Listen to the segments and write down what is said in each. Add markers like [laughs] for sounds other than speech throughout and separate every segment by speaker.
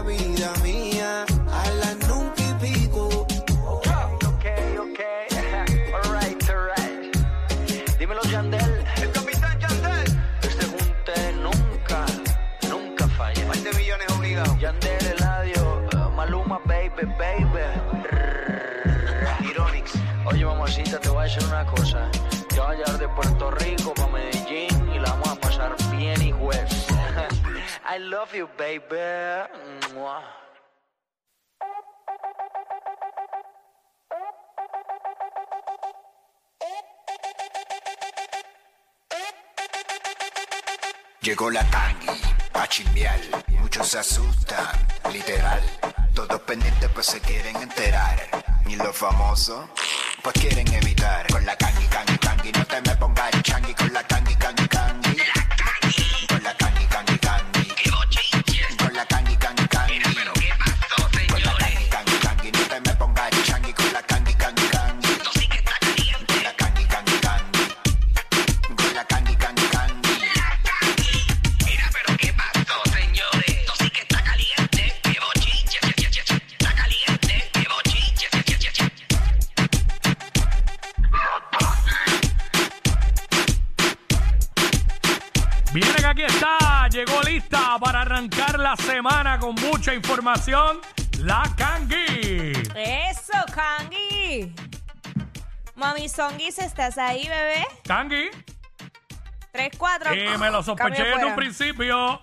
Speaker 1: [laughs] este uh, Oye, mamacita, te voy a decir una cosa. Te voy a llevar de Puerto Rico para Medellín y la vamos a pasar bien y juez. [laughs] I love you, baby. Mua.
Speaker 2: Llegó la tangi, a chimbiar, muchos se asustan, literal. Todos pendientes pues se quieren enterar. Y los famosos pues quieren evitar. Con la tangi, tangi, tangi, no te me pongas changi. Con la tangi, tangi, tangi. Con la tangi, tangi, tangi. Con la tangi, tangi, tangi. Con la tangi, tangi, tangi, no te me pongas changi. Con la tangi, tangi, tangi. Con la tangi, tangi, tangi. Con la tangi, tangi, tangi.
Speaker 3: Mira, pero qué pasó, señores. Esto sí que está caliente. Qué bochinche, che, che, che, che. Está caliente. Qué bochinche, che, che, che, che.
Speaker 4: Viene que aquí está, llegó lista para arrancar la semana con mucha información. La Kangi.
Speaker 5: Eso, Kangi. Mami Songi, ¿estás ahí, bebé?
Speaker 4: Kangi,
Speaker 5: 3, 4.
Speaker 4: eh, me lo sospeché desde un principio.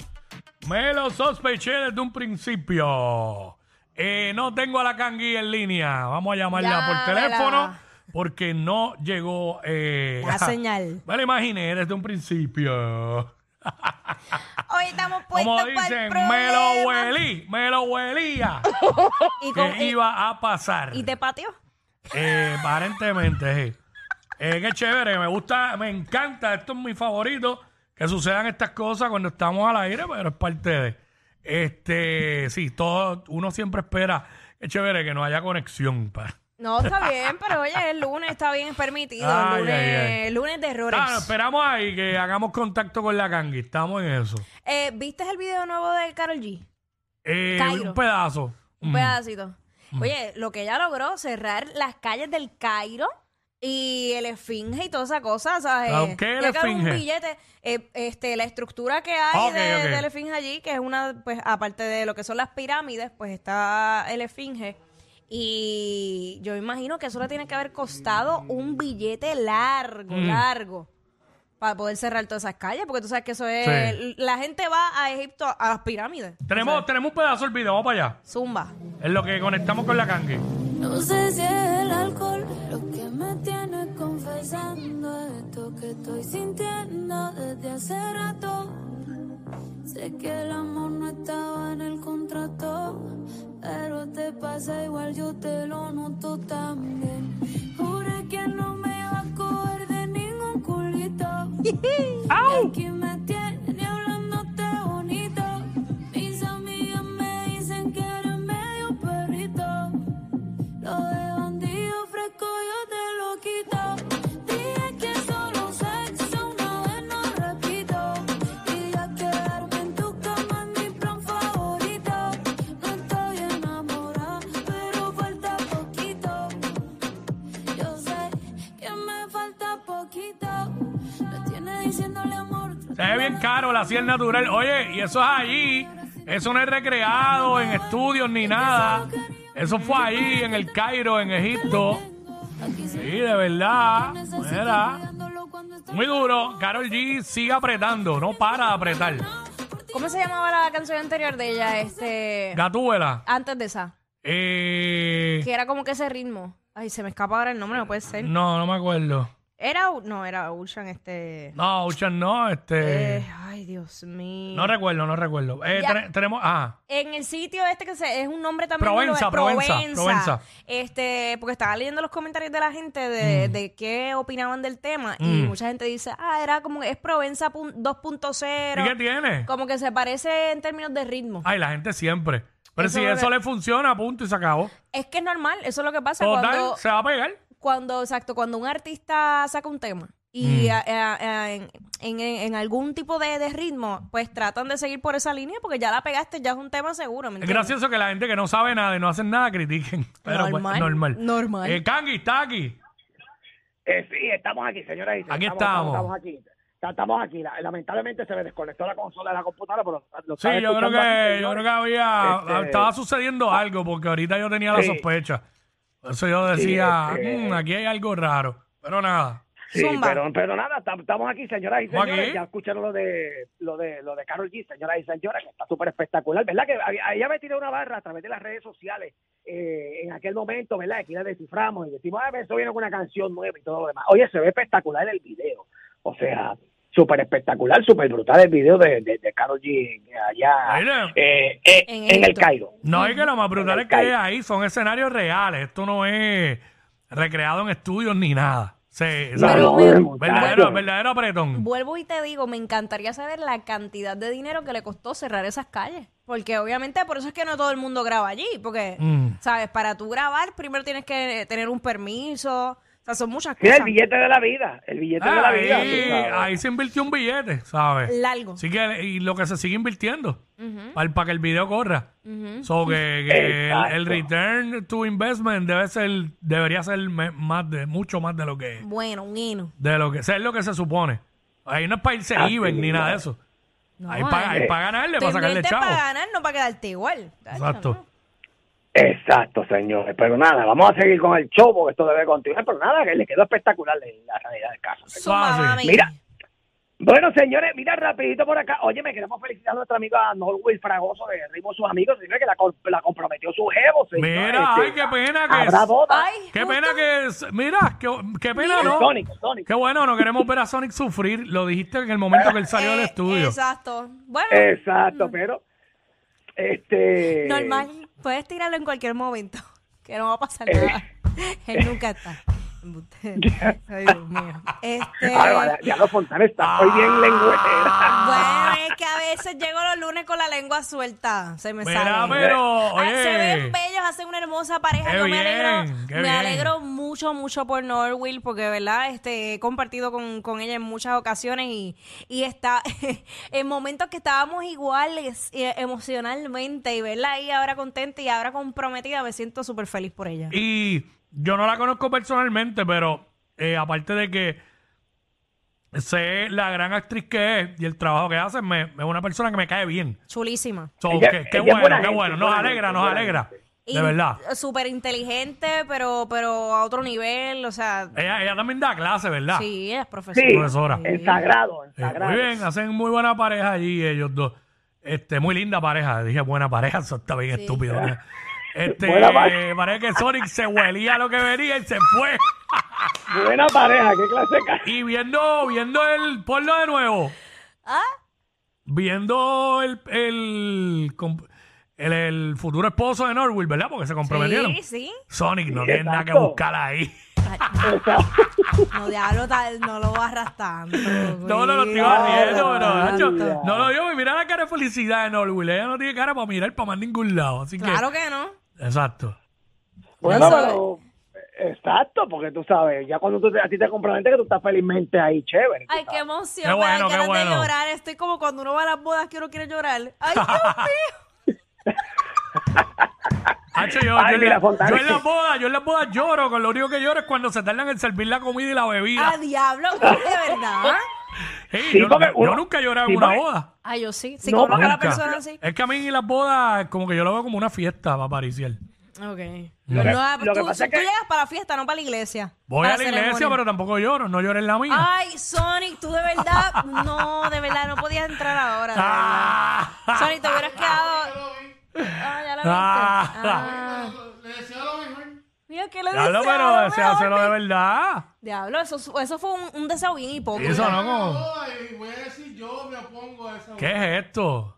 Speaker 4: Me lo sospeché desde un principio. Eh, no tengo a la Kangi en línea. Vamos a llamarla por
Speaker 5: Llámela.
Speaker 4: teléfono porque no llegó eh, [laughs]
Speaker 5: La señal.
Speaker 4: Me lo imaginé desde un principio.
Speaker 5: Hoy estamos puestos
Speaker 4: Como
Speaker 5: para el
Speaker 4: dicen,
Speaker 5: problema.
Speaker 4: me lo huelí, me lo
Speaker 5: [laughs]
Speaker 4: huelía
Speaker 5: Y, con-
Speaker 4: que iba a pasar.
Speaker 5: y- y te pateó.
Speaker 4: Eh, aparentemente, sí. Eh, qué chévere, me gusta, me encanta, esto es mi favorito, que sucedan estas cosas cuando estamos al aire, pero es parte de. Este, sí, todo, uno siempre espera, qué chévere que no haya conexión. pa.
Speaker 5: No, está bien, pero oye, el lunes está bien es permitido.
Speaker 4: Ay,
Speaker 5: el lunes,
Speaker 4: ay, ay.
Speaker 5: lunes de errores.
Speaker 4: Claro, Ah, esperamos ahí que hagamos contacto con la Kangi, estamos en eso.
Speaker 5: Eh, ¿Viste el video nuevo de Carol G?
Speaker 4: Eh,
Speaker 5: Cairo.
Speaker 4: un pedazo.
Speaker 5: Un
Speaker 4: Mm.
Speaker 5: pedacito. Oye, lo que ella logró, cerrar las calles del Cairo y el Esfinge y toda esa cosa, ¿sabes?
Speaker 4: Claro, ¿qué es el
Speaker 5: Yo acabo un
Speaker 4: Esfinge?
Speaker 5: billete, eh, este, la estructura que hay
Speaker 4: Ok,
Speaker 5: de-
Speaker 4: ok.
Speaker 5: del Esfinge allí, que es una, pues, aparte de lo que son las pirámides, pues está el Esfinge. Y yo imagino que eso le tiene que haber costado un billete largo,
Speaker 4: Mm.
Speaker 5: largo. Para poder cerrar todas esas calles, porque tú sabes que eso es.
Speaker 4: Sí.
Speaker 5: La gente va a Egipto a las pirámides.
Speaker 4: Tenemos, tenemos un pedazo del video, vamos para allá.
Speaker 5: Zumba.
Speaker 4: Es lo que conectamos con la Kangi.
Speaker 6: No sé si es el alcohol lo que me tiene confesando esto que estoy sintiendo desde hace rato. Sé que el amor no estaba en el contrato, pero te pasa igual, yo te lo noto también. Juré que no me iba a coger de ningún culito. Y aquí me tiene hablándote bonito. Mis amigas me dicen que eres medio perrito. Lo de bandido fresco yo te lo quito. Dije que solo sexo una vez no repito. Y ya quedarme en tu cama es mi plan favorito. No estoy enamorada, pero falta poquito. Yo sé que me falta poquito. Me tiene diciéndole amor.
Speaker 4: Se ve bien caro la sierra natural. Oye, y eso es allí. Eso no es recreado en estudios ni nada. Eso fue allí, en el Cairo, en Egipto.
Speaker 6: Aquí
Speaker 4: Sí,
Speaker 6: se
Speaker 4: de verdad. Mira.
Speaker 6: mirándolo cuando estoy
Speaker 4: Muy duro. Carol G sigue apretando. No para de apretar.
Speaker 5: ¿Cómo se llamaba la canción anterior de ella? Este.
Speaker 4: Gatúbela.
Speaker 5: Antes de esa.
Speaker 4: Eh,
Speaker 5: Que era como que ese ritmo. Ay, se me escapa ahora el nombre, no puede ser.
Speaker 4: no, no me acuerdo.
Speaker 5: Era. U- No, era Ocean, este.
Speaker 4: No, Ocean no.
Speaker 5: eh,
Speaker 4: Este,
Speaker 5: ay, Dios mío.
Speaker 4: no recuerdo, no recuerdo. Eh,
Speaker 5: Ya.
Speaker 4: tene- tenemos... Ah,
Speaker 5: en el sitio este que se, es un nombre también.
Speaker 4: Provenza,
Speaker 5: global.
Speaker 4: Provenza, Provenza.
Speaker 5: Este, porque estaba leyendo los comentarios de la gente de, de qué opinaban del tema. Y
Speaker 4: Mm.
Speaker 5: mucha gente dice, ah, era como que es Provenza pun-
Speaker 4: ¿y qué
Speaker 5: 2.0.
Speaker 4: tiene?
Speaker 5: Como que se parece en términos de ritmo.
Speaker 4: Ay, la gente siempre. Pero
Speaker 5: Eso
Speaker 4: si
Speaker 5: es lo
Speaker 4: eso
Speaker 5: que-
Speaker 4: le funciona, punto y se acabó.
Speaker 5: Es que es normal, eso es lo que pasa
Speaker 4: Total,
Speaker 5: cuando.
Speaker 4: se va a pegar.
Speaker 5: cuando, exacto, cuando un artista saca un tema
Speaker 4: Mm.
Speaker 5: y a- a- a- en, en- en algún tipo de, de ritmo, pues tratan de seguir por esa línea porque ya la pegaste, ya es un tema seguro. ¿me
Speaker 4: Es
Speaker 5: entiendes?
Speaker 4: gracioso que la gente que no sabe nada y no hacen nada critiquen. [laughs] Pero pues,
Speaker 5: Normal,
Speaker 4: normal.
Speaker 5: normal.
Speaker 4: Eh, Kangi está aquí.
Speaker 7: Eh, sí, estamos aquí, señoras y señores.
Speaker 4: Aquí
Speaker 7: Estamos, aquí. Ta- Estamos aquí. La- Lamentablemente se me desconectó la consola de la computadora, pero lo
Speaker 4: Sí,
Speaker 7: estaba
Speaker 4: yo creo
Speaker 7: escuchando aquí,
Speaker 4: que, yo
Speaker 7: señores.
Speaker 4: creo que había.
Speaker 7: Este,
Speaker 4: Estaba sucediendo algo porque ahorita yo tenía la
Speaker 7: sí.
Speaker 4: sospecha. Por eso yo decía,
Speaker 7: Sí, este-
Speaker 4: "Mm, aquí hay algo raro. Pero nada.
Speaker 7: Sí,
Speaker 5: Zumba.
Speaker 7: pero, pero nada, tam- estamos aquí, señoras y
Speaker 4: Estamos
Speaker 7: señores.
Speaker 4: aquí.
Speaker 7: Ya escucharon lo de lo de lo de Carol G, señoras y señores, que está súper espectacular, ¿verdad? Que a- a ella me tiró una barra a través de las redes sociales eh, en aquel momento, ¿verdad? Aquí la desciframos y decimos, ah, eso viene con una canción nueva y todo lo demás. Oye, se ve espectacular el video. O sea, súper espectacular, súper brutal el video de, de, de Karol G allá
Speaker 4: Mira,
Speaker 7: eh, eh,
Speaker 5: En
Speaker 7: en el
Speaker 5: Egipto.
Speaker 7: Cairo.
Speaker 4: No, es que lo más brutal es que
Speaker 7: Cairo.
Speaker 4: ahí son escenarios reales. Esto no es recreado en estudios ni nada. Se,
Speaker 7: No,
Speaker 4: ¿sabes?
Speaker 5: Pero-
Speaker 7: no,
Speaker 4: verdadero,
Speaker 7: muchacho.
Speaker 4: verdadero apretón.
Speaker 5: Vuelvo y te digo, me encantaría saber la cantidad de dinero que le costó cerrar esas calles. Porque obviamente por eso es que no todo el mundo graba allí. Porque,
Speaker 4: Mm.
Speaker 5: ¿sabes? Para tú grabar, primero tienes que tener un permiso. O sea, son muchas
Speaker 7: Sí,
Speaker 5: cosas.
Speaker 7: el billete de la vida, el billete de la
Speaker 4: Ahí,
Speaker 7: vida. tú sabes.
Speaker 4: Ah, ahí se invirtió un billete, ¿sabes?
Speaker 5: Largo.
Speaker 4: Así que, y lo que se sigue invirtiendo para, que el video corra. So que, que el,
Speaker 7: Exacto.
Speaker 4: el return to investment debe ser, debería ser me- más de, mucho más de lo que
Speaker 5: Bueno, un hino.
Speaker 4: de lo que ser lo que se supone. Ahí no es para irse
Speaker 7: Así
Speaker 4: even ni
Speaker 7: mismo
Speaker 4: nada de
Speaker 7: es.
Speaker 4: eso.
Speaker 5: No,
Speaker 4: ahí para
Speaker 5: eh,
Speaker 4: ganarle,
Speaker 5: tú
Speaker 4: para sacarle
Speaker 5: inviertes
Speaker 4: chavo.
Speaker 5: para ganar, no para quedarte igual. Tacho,
Speaker 4: Exacto.
Speaker 7: Exacto, señores. Pero nada, vamos a seguir con el show porque esto debe continuar. Pero nada, que le quedó espectacular la la realidad del caso.
Speaker 5: ¿no? Zumba,
Speaker 4: Fácil.
Speaker 5: mami.
Speaker 7: Mira, bueno, señores, mira rapidito por acá. Oye, me queremos felicitar a nuestra amiga Norwil Fragoso de Ritmo Sus Amigos, señores, que la, com- la comprometió su jevo, señores.
Speaker 4: Mira, ay,
Speaker 7: Este,
Speaker 4: qué pena que
Speaker 7: Habrá boda.
Speaker 5: Ay,
Speaker 4: Qué
Speaker 5: justo.
Speaker 4: pena que es- mira, qué, qué pena no.
Speaker 7: Sonic, Sonic.
Speaker 4: Qué bueno, no queremos ver a Sonic sufrir. Lo dijiste en el momento que él salió del
Speaker 5: Eh,
Speaker 4: estudio.
Speaker 5: Exacto. Bueno,
Speaker 7: Exacto, pero... Este...
Speaker 5: Mm. normal. Puedes tirarlo en cualquier momento. [laughs] Que no va a pasar
Speaker 7: Eh.
Speaker 5: nada. [laughs] Él nunca está. Ay, Dios mío. Este.
Speaker 7: Ay, vale, ya los Fontana está hoy bien
Speaker 4: Ah.
Speaker 7: lengüetera.
Speaker 5: Bueno, es que a veces llego los lunes con la lengua suelta. Se me
Speaker 4: Mira,
Speaker 5: sale.
Speaker 7: Eh,
Speaker 4: pero,
Speaker 5: Ah,
Speaker 4: oye.
Speaker 5: se ven bellos, hacen una hermosa pareja.
Speaker 4: Qué
Speaker 5: Yo me
Speaker 4: bien,
Speaker 5: alegro,
Speaker 4: qué
Speaker 5: me
Speaker 4: bien.
Speaker 5: alegro mucho, mucho por Norwill, porque verdad, este, he compartido con, con ella en muchas ocasiones y, y está [laughs] en momentos que estábamos iguales eh, emocionalmente y verla ahí ahora contenta y ahora comprometida, me siento súper feliz por ella.
Speaker 4: Y yo no la conozco personalmente, pero eh, aparte de que sé la gran actriz que es y el trabajo que hace, me- es una persona que me cae bien.
Speaker 5: Chulísima.
Speaker 4: So,
Speaker 7: Ella-
Speaker 4: que-
Speaker 7: ella
Speaker 4: qué
Speaker 7: es
Speaker 4: bueno,
Speaker 7: buena
Speaker 4: qué
Speaker 7: gente,
Speaker 4: bueno.
Speaker 7: es
Speaker 4: Nos
Speaker 7: buena
Speaker 4: alegra,
Speaker 7: gente,
Speaker 4: nos
Speaker 7: es buena
Speaker 4: alegra.
Speaker 5: In-
Speaker 4: De verdad.
Speaker 5: Súper inteligente, pero, pero a otro nivel, o sea,
Speaker 4: Ella, ella también da clase, ¿verdad?
Speaker 5: sí, ella es profesora.
Speaker 7: Sí,
Speaker 4: Profesora.
Speaker 7: en sagrado, en
Speaker 4: Eh,
Speaker 7: sagrado.
Speaker 4: muy bien, hacen muy buena pareja allí ellos dos. Este, muy linda pareja. Dije buena pareja, [laughs] eso está bien
Speaker 7: [laughs]
Speaker 4: estúpido. ¿no? Este,
Speaker 7: Buena pareja.
Speaker 4: eh, parece que Sonic se huelía lo que venía y se fue.
Speaker 7: Buena pareja, qué clase de ca-
Speaker 4: Y viendo, viendo el, ponlo de nuevo.
Speaker 5: ¿Ah?
Speaker 4: Viendo el, el, comp- el, el futuro esposo de Norwood, ¿verdad? Porque se comprometieron. [laughs]
Speaker 5: Sí, sí.
Speaker 4: Sonic no
Speaker 7: Sí,
Speaker 4: tiene nada que
Speaker 7: exacto.
Speaker 4: buscar ahí. [laughs]
Speaker 5: No, diablo, tal- no lo vas arrastrando.
Speaker 4: No, no lo estoy
Speaker 5: Mira,
Speaker 4: barriendo, pero
Speaker 5: no,
Speaker 4: Nacho,
Speaker 5: no, no.
Speaker 4: no lo digo. y Mira la cara de felicidad de Norwood. Ella no tiene cara para mirar para más ningún lado. Así que.
Speaker 5: Claro que no.
Speaker 4: Exacto.
Speaker 7: Bueno,
Speaker 5: Eso
Speaker 7: pero, exacto, porque tú sabes, ya cuando tú te- a ti te comprometes que tú estás felizmente ahí, chévere. tú
Speaker 5: Ay, qué
Speaker 7: sabes.
Speaker 5: emoción.
Speaker 4: Qué
Speaker 5: me dan
Speaker 4: bueno, qué
Speaker 5: ganas
Speaker 4: bueno.
Speaker 5: de llorar. Estoy como cuando uno va a las bodas que uno quiere llorar. Ay, Dios
Speaker 4: [laughs]
Speaker 5: mío.
Speaker 4: Hacho, yo,
Speaker 7: Ay,
Speaker 4: yo en
Speaker 7: mira,
Speaker 4: la-
Speaker 7: Fontana.
Speaker 4: yo en las bodas, yo en las bodas lloro, con lo único que lloro es cuando se tardan en servir la comida y la bebida.
Speaker 5: A Ah, diablo, [laughs] de verdad.
Speaker 4: Ey,
Speaker 7: Sí,
Speaker 4: yo,
Speaker 7: porque
Speaker 4: yo
Speaker 7: uno-
Speaker 4: nunca he llorado
Speaker 7: sí,
Speaker 4: en una
Speaker 7: porque-
Speaker 4: boda.
Speaker 5: Ay, yo sí. Si
Speaker 7: No,
Speaker 5: conozco a la
Speaker 4: Nunca.
Speaker 5: persona así.
Speaker 4: Es que a mí las bodas, como que yo lo veo como una fiesta para pariciar.
Speaker 5: Ok.
Speaker 7: que-
Speaker 5: No, ah,
Speaker 7: lo que
Speaker 5: tú,
Speaker 7: pasa es
Speaker 5: tú
Speaker 7: que-
Speaker 5: llegas para la fiesta, no para la iglesia.
Speaker 4: Voy
Speaker 5: Para
Speaker 4: a la iglesia,
Speaker 5: ceremonia. Ah,
Speaker 4: pero tampoco lloro, no lloro en la mía.
Speaker 5: Ay, Sonic, tú de verdad. No, de verdad, no podías entrar ahora. de verdad.
Speaker 4: Ah, [laughs]
Speaker 5: Sonic, te hubieras quedado. Ah, ya lo viste.
Speaker 4: Ah.
Speaker 5: Ah. Mira que le deseo
Speaker 4: Diablo, pero
Speaker 5: lo
Speaker 4: desea hacerlo de
Speaker 5: mejor.
Speaker 4: verdad.
Speaker 5: Diablo, eso, eso fue un, un deseo bien hipócrita.
Speaker 4: Eso no, como-
Speaker 8: voy a decir yo me opongo a esa
Speaker 4: ¿Qué es esto?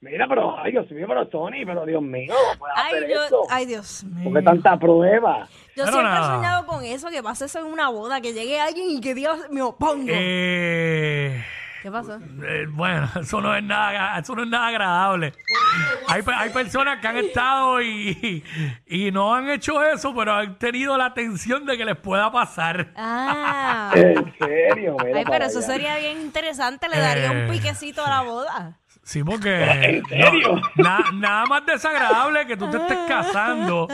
Speaker 7: Mira, pero, ay, Dios mío, pero Tony, pero Dios mío, ¿cómo puedes
Speaker 5: Ay,
Speaker 7: hacer
Speaker 5: yo,
Speaker 7: esto?
Speaker 5: ay, Dios mío.
Speaker 7: Porque tanta prueba.
Speaker 5: Yo
Speaker 4: Pero
Speaker 5: siempre
Speaker 4: nada.
Speaker 5: he soñado con eso, que pase eso en una boda, que llegue alguien y que Dios me opongo.
Speaker 4: Eh,
Speaker 5: ¿Qué pasó?
Speaker 4: eh, bueno, [laughs] eso no es nada, eso no es nada agradable. Hay, pe- hay personas que han estado y, y no han hecho eso, pero han tenido la atención de que les pueda pasar.
Speaker 5: Ah.
Speaker 7: En serio, Eh, mira.
Speaker 5: Ay,
Speaker 7: para
Speaker 5: pero eso
Speaker 7: allá.
Speaker 5: sería bien interesante, le daría
Speaker 4: Eh.
Speaker 5: un piquecito a la boda.
Speaker 4: Sí, porque
Speaker 7: ¿En serio?
Speaker 4: no, na- nada más desagradable que tú te estés casando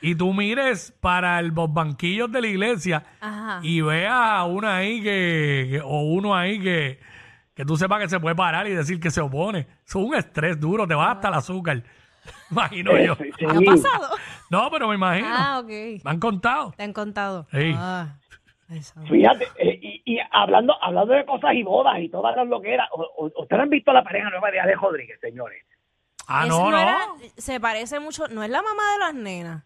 Speaker 4: y tú mires para el- los banquillos de la iglesia
Speaker 5: Ajá.
Speaker 4: y veas a una ahí que, que- o uno ahí que, que tú sepas que se puede parar y decir que se opone. Eso es un estrés duro, te va hasta el azúcar. [laughs] Imagino yo.
Speaker 7: Sí,
Speaker 5: ¿Qué ha
Speaker 7: sí.
Speaker 4: [laughs]
Speaker 5: pasado?
Speaker 4: No, pero me imagino.
Speaker 5: Ah, ok.
Speaker 4: Me han contado.
Speaker 5: Te han contado.
Speaker 4: Sí.
Speaker 5: Ah, eso.
Speaker 7: Fíjate, eh, y, y hablando hablando de cosas y bodas y todas las loqueras, o- o- ¿ustedes han visto la pareja nueva de Alex Rodríguez, señores?
Speaker 4: Ah,
Speaker 5: Eso
Speaker 4: no, no.
Speaker 5: era- se parece mucho. No es la mamá de las nenas.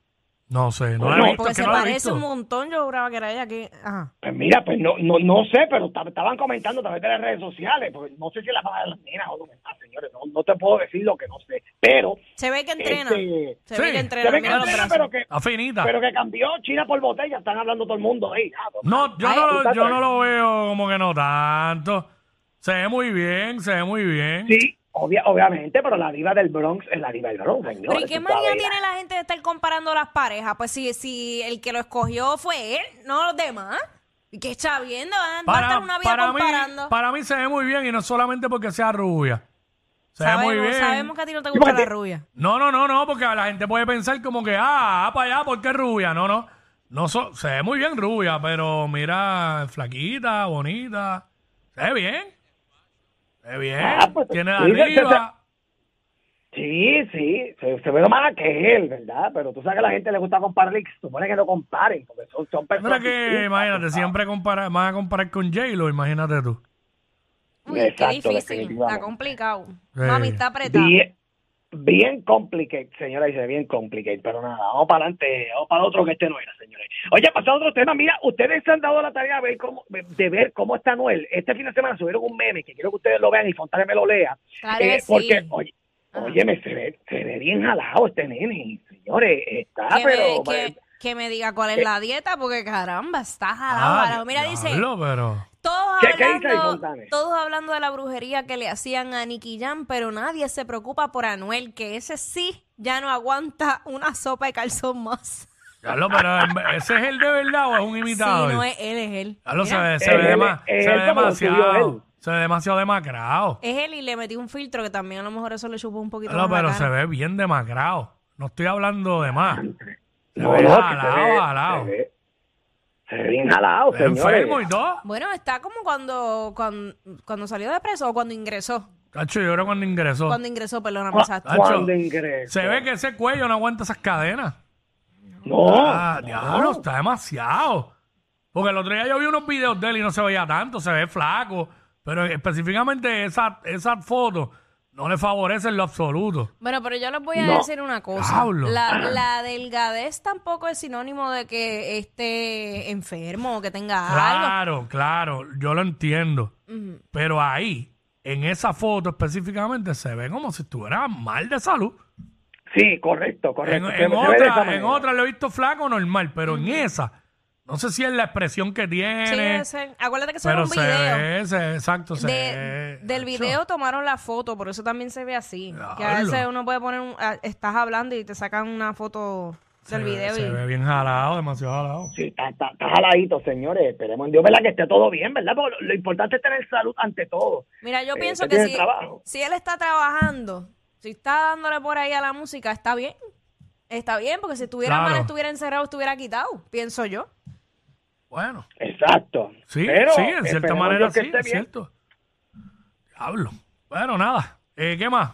Speaker 4: No sé, no la
Speaker 7: No,
Speaker 4: he visto.
Speaker 5: Porque
Speaker 4: es que
Speaker 5: se
Speaker 4: no la he
Speaker 5: parece
Speaker 4: visto.
Speaker 5: un montón. Yo juraba que era ella que. Ajá.
Speaker 7: Pues mira, pues no no, no sé, pero tab- estaban comentando a través de las redes sociales, porque no sé si es la mamá de las nenas o no, ah, señores, no, no te puedo decir lo que no sé, pero...
Speaker 5: Se ve que entrena.
Speaker 7: Este,
Speaker 5: Se
Speaker 4: Sí.
Speaker 5: ve que
Speaker 7: se
Speaker 5: entrena.
Speaker 7: ve que
Speaker 5: mira los
Speaker 7: entrena,
Speaker 5: brazos.
Speaker 7: pero que,
Speaker 4: Está finita.
Speaker 7: pero que cambió China por botella, están hablando todo el mundo ahí. ah, pues,
Speaker 4: No, yo,
Speaker 7: Ay,
Speaker 4: no lo,
Speaker 7: está
Speaker 4: yo no
Speaker 7: bien.
Speaker 4: lo veo como que no tanto. Se ve muy bien, se ve muy bien.
Speaker 7: Sí, obvia- obviamente, pero la diva del Bronx es la diva del Bronx, señores.
Speaker 5: Pero ¿y qué
Speaker 7: tú
Speaker 5: manía
Speaker 7: sabes.
Speaker 5: tiene la gente de estar comparando las parejas? Pues si, si el que lo escogió fue él, no los demás. ¿Y qué está viendo? Va a estar una vida
Speaker 4: para mí,
Speaker 5: comparando.
Speaker 4: para mí se ve muy bien y no solamente porque sea rubia. Se
Speaker 5: sabemos,
Speaker 4: ve muy bien.
Speaker 5: sabemos que a ti no te gusta
Speaker 7: porque-
Speaker 5: la rubia.
Speaker 4: No, no, no, no, porque la gente puede pensar como que, ah, para allá, porque es rubia. No, no. no so- se ve muy bien rubia, pero mira, flaquita, bonita. Se ve bien. Se ve bien.
Speaker 7: Ah, pues,
Speaker 4: Tiene la
Speaker 7: sí, [laughs] se- se-
Speaker 4: arriba.
Speaker 7: Sí, sí, se, se ve lo más que él, ¿verdad? Pero tú sabes que a la gente le gusta comparar y se supone que no comparen, porque son, son
Speaker 4: Mira
Speaker 7: personas.
Speaker 4: que,
Speaker 7: distintas,
Speaker 4: imagínate,
Speaker 7: ¿sabes?
Speaker 4: siempre compara, van a comparar con J-Lo, imagínate tú.
Speaker 5: Uy,
Speaker 7: Exacto,
Speaker 5: qué difícil.
Speaker 7: definitivamente.
Speaker 5: Está complicado.
Speaker 4: Sí.
Speaker 5: Mami, está apretado.
Speaker 7: Bien, bien complicado, señora, dice bien complicado, pero nada, vamos para adelante, vamos para otro que este no era, señores. Oye, pasando a otro tema, mira, ustedes se han dado la tarea de ver cómo, de ver cómo está Noel. Este fin de semana subieron un meme que quiero que ustedes lo vean y Fontana me lo lea. Eh,
Speaker 5: Claro que sí. Ah.
Speaker 7: Porque, oye,
Speaker 5: Ajá.
Speaker 7: óyeme, se ve, se ve bien jalado este nene, señores, está,
Speaker 5: que,
Speaker 7: Ah, pero... Eh.
Speaker 5: me, que- que me diga cuál es la dieta, porque caramba, está jalado.
Speaker 4: Ah,
Speaker 5: jalado. Mira, dice,
Speaker 4: diablo, pero...
Speaker 5: todos
Speaker 7: ¿Qué- qué dice ahí,
Speaker 5: hablando,
Speaker 7: Fontane?
Speaker 5: todos hablando de la brujería que le hacían a Nicky Jam, pero nadie se preocupa por Anuel, que ese sí ya no aguanta una sopa de calzón más.
Speaker 4: Diablo, pero en- ese es el de verdad o es un
Speaker 5: Si
Speaker 4: imitador.
Speaker 5: no es él, es él.
Speaker 4: Diablo, se
Speaker 5: Mira,
Speaker 4: ve, se
Speaker 7: Es
Speaker 4: ve
Speaker 7: él,
Speaker 4: dema-
Speaker 7: es
Speaker 4: se
Speaker 7: él
Speaker 4: ve
Speaker 7: como lo subió él.
Speaker 4: demasiado. Se ve demasiado demacrado.
Speaker 5: Es él y le metí un filtro que también a lo mejor eso le chupó un poquito
Speaker 4: Diablo,
Speaker 5: más la
Speaker 4: pero se
Speaker 5: cara.
Speaker 4: ve bien demacrado. No estoy hablando de más. Se
Speaker 7: Ah, No,
Speaker 4: ve
Speaker 7: no, que
Speaker 4: jalado,
Speaker 7: se ve,
Speaker 4: jalado.
Speaker 7: Se ve, se ve bien jalado,
Speaker 4: Está
Speaker 7: señores.
Speaker 4: Enfermo y todo.
Speaker 5: Bueno, está como cuando, cuando, cuando salió de preso o cuando ingresó.
Speaker 4: Cacho, yo creo cuando ingresó.
Speaker 5: Cuando ingresó, perdona,
Speaker 7: Cu-
Speaker 5: exacto.
Speaker 4: Tacho,
Speaker 7: Cuando ingresó.
Speaker 4: Se ve que ese cuello no aguanta esas cadenas.
Speaker 7: No.
Speaker 4: ah, diablo, está demasiado. Porque el otro día yo vi unos videos de él y no se veía tanto, se ve flaco. Pero específicamente esa, esa foto no le favorece en lo absoluto.
Speaker 5: Bueno, pero yo les voy a
Speaker 7: No.
Speaker 5: decir una cosa.
Speaker 4: Diablo.
Speaker 5: La, la delgadez tampoco es sinónimo de que esté enfermo o que tenga
Speaker 4: Claro,
Speaker 5: algo.
Speaker 4: claro, yo lo entiendo. Pero ahí, en esa foto específicamente, se ve como si estuviera mal de salud.
Speaker 7: Sí, correcto,
Speaker 4: En,
Speaker 7: correcto.
Speaker 4: en
Speaker 7: Se- se ve de esa
Speaker 4: otra, en
Speaker 7: manera.
Speaker 4: otra lo he visto flaco normal, pero en esa, no sé si es la expresión que tiene.
Speaker 5: Sí, ese- acuérdate que eso era
Speaker 4: pero
Speaker 5: un
Speaker 4: se
Speaker 5: video.
Speaker 4: ve, se- exacto, se
Speaker 5: De-
Speaker 4: ve.
Speaker 5: del
Speaker 4: Nacho.
Speaker 5: video tomaron la foto, por eso también se ve así. Que a
Speaker 4: Diablo.
Speaker 5: veces uno puede poner, un- a- estás hablando y te sacan una foto
Speaker 4: Se
Speaker 5: del
Speaker 4: ve-
Speaker 5: video.
Speaker 4: Se
Speaker 5: y-
Speaker 4: ve bien jalado, demasiado jalado.
Speaker 7: Sí, está, está, está jaladito, señores. Esperemos en Dios, ¿verdad? Que esté todo bien, ¿verdad? Porque lo, lo importante es tener salud ante todo.
Speaker 5: Mira, yo
Speaker 7: Eh,
Speaker 5: pienso
Speaker 7: usted
Speaker 5: que
Speaker 7: tiene
Speaker 5: si,
Speaker 7: trabajo.
Speaker 5: si él está trabajando, si está dándole por ahí a la música, está bien. Está bien, porque si estuviera
Speaker 4: Claro.
Speaker 5: mal, estuviera encerrado, estuviera quitado, pienso yo.
Speaker 4: Bueno,
Speaker 7: Exacto.
Speaker 4: sí,
Speaker 7: Pero
Speaker 4: sí, en
Speaker 7: esperemos
Speaker 4: cierta
Speaker 7: en
Speaker 4: manera
Speaker 7: Dios que
Speaker 4: sí,
Speaker 7: esté
Speaker 4: es
Speaker 7: bien.
Speaker 4: cierto. Diablo. Bueno, nada. Eh, ¿Qué más?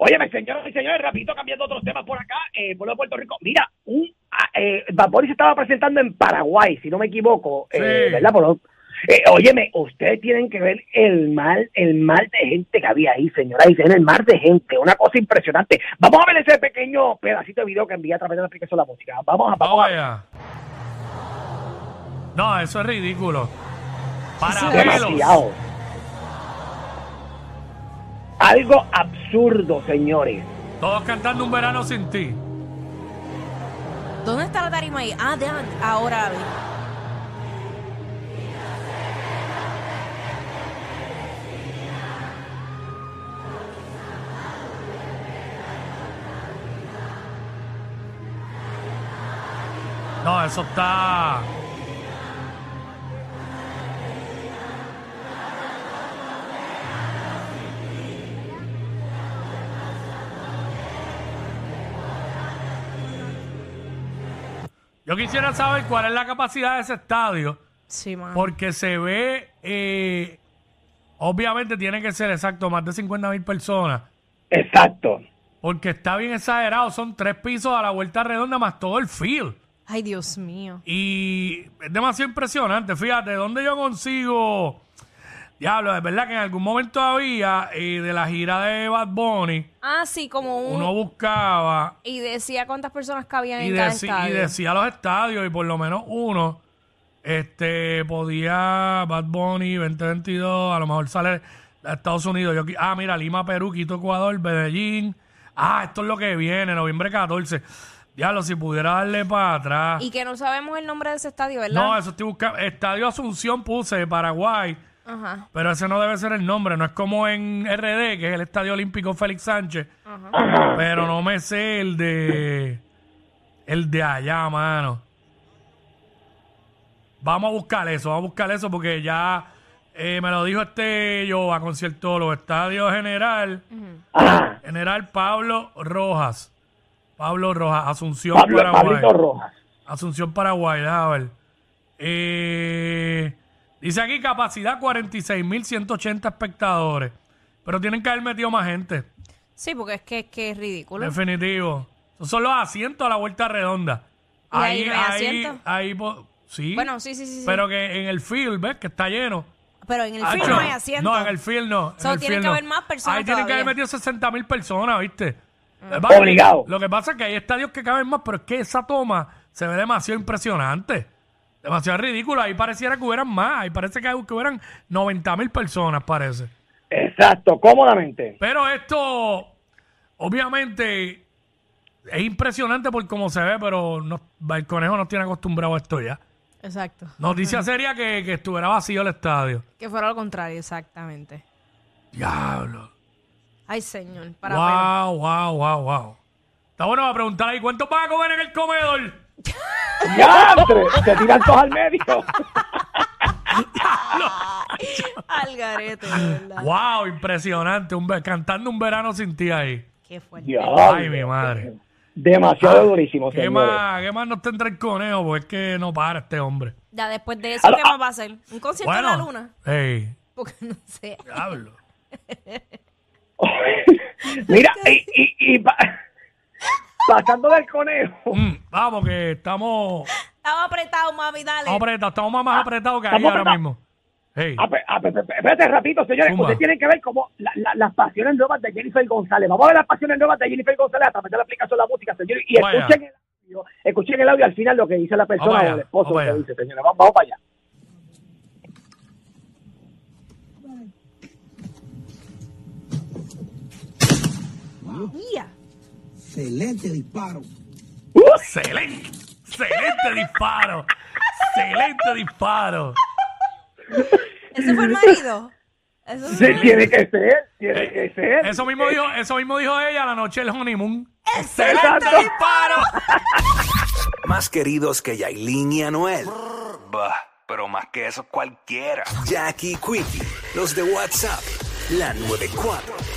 Speaker 7: Óyeme, señoras y señores, rapidito cambiando otros temas por acá, eh, pueblo de Puerto Rico. Mira, un ah, eh, Bad Bunny se estaba presentando en Paraguay, si no me equivoco, eh,
Speaker 4: Sí.
Speaker 7: ¿verdad? Por lo- eh, óyeme, ustedes tienen que ver el mal, el mal de gente que había ahí, señoras y señores, el mal de gente, una cosa impresionante. Vamos a ver ese pequeño pedacito de video que envía a través de la aplicación de la música. Vamos a, vamos
Speaker 4: Vamos
Speaker 7: a
Speaker 4: allá. No, eso es ridículo. Para
Speaker 7: demasiado. Algo absurdo, señores.
Speaker 4: Todos cantando un verano sin ti.
Speaker 5: ¿Dónde está la tarima ahí? Ah, déjame, ahora la vi.
Speaker 4: No, eso está. Yo quisiera saber cuál es la capacidad de ese estadio,
Speaker 5: Sí, mano.
Speaker 4: porque se ve, eh, obviamente tiene que ser exacto, más de 50 mil personas,
Speaker 7: Exacto.
Speaker 4: Porque está bien exagerado. Son tres pisos a la vuelta redonda más todo el field.
Speaker 5: Ay, Dios mío.
Speaker 4: Y es demasiado impresionante. Fíjate, ¿dónde yo consigo? Diablo, es verdad que en algún momento había, eh, de la gira de Bad Bunny,
Speaker 5: Ah, sí, como un...
Speaker 4: uno buscaba
Speaker 5: Y decía cuántas personas cabían
Speaker 4: y,
Speaker 5: en cada
Speaker 4: deci- y
Speaker 5: estadio.
Speaker 4: decía los estadios y por lo menos uno este podía Bad Bunny 2022 a lo mejor sale a Estados Unidos yo, qui- ah mira Lima Perú Quito Ecuador Medellín ah esto es lo que viene noviembre 14 diablo si pudiera darle para atrás
Speaker 5: Y que no sabemos el nombre de ese estadio, ¿verdad?
Speaker 4: no eso estoy buscando Estadio Asunción puse de Paraguay
Speaker 5: Ajá.
Speaker 4: pero ese no debe ser el nombre, no es como en RD, que es el Estadio Olímpico Félix Sánchez. Pero no me sé el de. El de allá, mano. Vamos a buscar eso, vamos a buscar eso porque ya eh, me lo dijo este yo a concierto los estadios general. General Pablo Rojas. Pablo Rojas, Asunción
Speaker 7: Pablo,
Speaker 4: Paraguay.
Speaker 7: Pablito Rojas.
Speaker 4: Asunción, Paraguay, déjame ver. Eh, dice aquí capacidad 46.180 espectadores. Pero tienen que haber metido más gente.
Speaker 5: Sí, porque es que, es que es ridículo.
Speaker 4: Definitivo. Esos son los asientos a la vuelta redonda.
Speaker 5: ¿Y ahí no hay asiento?
Speaker 4: ahí po- sí.
Speaker 5: Bueno, sí, sí, sí, sí.
Speaker 4: Pero que en el field, ¿ves? Que está lleno.
Speaker 5: Pero en el
Speaker 4: Ah,
Speaker 5: film no hay asiento.
Speaker 4: No, en el field no. en
Speaker 5: So,
Speaker 4: el
Speaker 5: tienen
Speaker 4: field
Speaker 5: que
Speaker 4: no.
Speaker 5: haber más personas
Speaker 4: Ahí tienen que haber
Speaker 5: todavía.
Speaker 4: metido
Speaker 5: Mm.
Speaker 4: 60 mil personas, ¿viste? Lo que pasa-
Speaker 7: Obligado.
Speaker 4: Lo que pasa es que hay estadios que caben más, pero es que esa toma se ve demasiado impresionante. Demasiado ridícula. Ahí pareciera que hubieran más. Ahí parece que, que hubieran 90 mil personas, parece.
Speaker 7: Exacto, cómodamente.
Speaker 4: Pero esto, obviamente, es impresionante por cómo se ve, pero no, el conejo no tiene acostumbrado a esto ya.
Speaker 5: Exacto.
Speaker 4: Noticia seria que, que estuviera vacío el estadio.
Speaker 5: Que fuera lo contrario, exactamente.
Speaker 4: Diablo.
Speaker 5: Ay, señor. Para verlo.
Speaker 4: Wow, wow, wow, wow. Está bueno va a preguntar ahí cuántos van a comer en el comedor.
Speaker 7: ¡Ya! Se tiran todos al medio.
Speaker 5: Al garete, de verdad.
Speaker 4: Wow, impresionante. Un ve- cantando un verano sin ti ahí.
Speaker 5: Qué fuerte.
Speaker 4: Ay,
Speaker 7: Diablo.
Speaker 4: mi madre. Ah,
Speaker 7: Demasiado durísimo,
Speaker 4: ¿Qué
Speaker 7: señores.
Speaker 4: más, ¿Qué más nos tendrá el conejo? Porque es que no para este hombre.
Speaker 5: Ya después de eso, ¿qué más va a hacer? ¿Un concierto en la luna?
Speaker 4: Hey,
Speaker 5: Porque no sé.
Speaker 4: diablo.
Speaker 7: Mira, y, y, y pa- pasando del conejo,
Speaker 4: Mm, vamos, que estamos.
Speaker 5: Estaba apretado, mami, dale.
Speaker 4: Estamos apretados, estamos más, más apretados que ahí
Speaker 7: estamos
Speaker 4: ahora
Speaker 7: apretados.
Speaker 4: mismo. Hey,
Speaker 7: Ah, pe- ah, pe- pe- pe- espérate ratito, señores.
Speaker 4: Zumba.
Speaker 7: Ustedes tienen que ver como las pasiones nuevas de Jennifer González. Vamos a ver las pasiones nuevas de Jennifer González a través de la aplicación de la música, señores. Y
Speaker 4: Vaya.
Speaker 7: escuchen el, audio, escuchen el audio al final lo que dice la
Speaker 4: Vamos
Speaker 7: persona
Speaker 4: allá,
Speaker 7: o el esposo.
Speaker 4: vamos
Speaker 7: lo que
Speaker 4: allá.
Speaker 7: dice, señores. Vamos, vamos para allá.
Speaker 5: Ya.
Speaker 9: Excelente disparo.
Speaker 4: excelente, excelente disparo. Excelente disparo.
Speaker 5: ¿Ese fue el marido? ¿Eso
Speaker 7: Sí, tiene que ser, tiene que ser.
Speaker 4: Eso mismo dijo, eso mismo dijo ella la noche del honeymoon.
Speaker 7: Exacto.
Speaker 4: ¡Excelente disparo!
Speaker 3: Más queridos que Yailin y Anuel. Bah, pero más que eso cualquiera. Jackie Quickie, los de WhatsApp, la 94.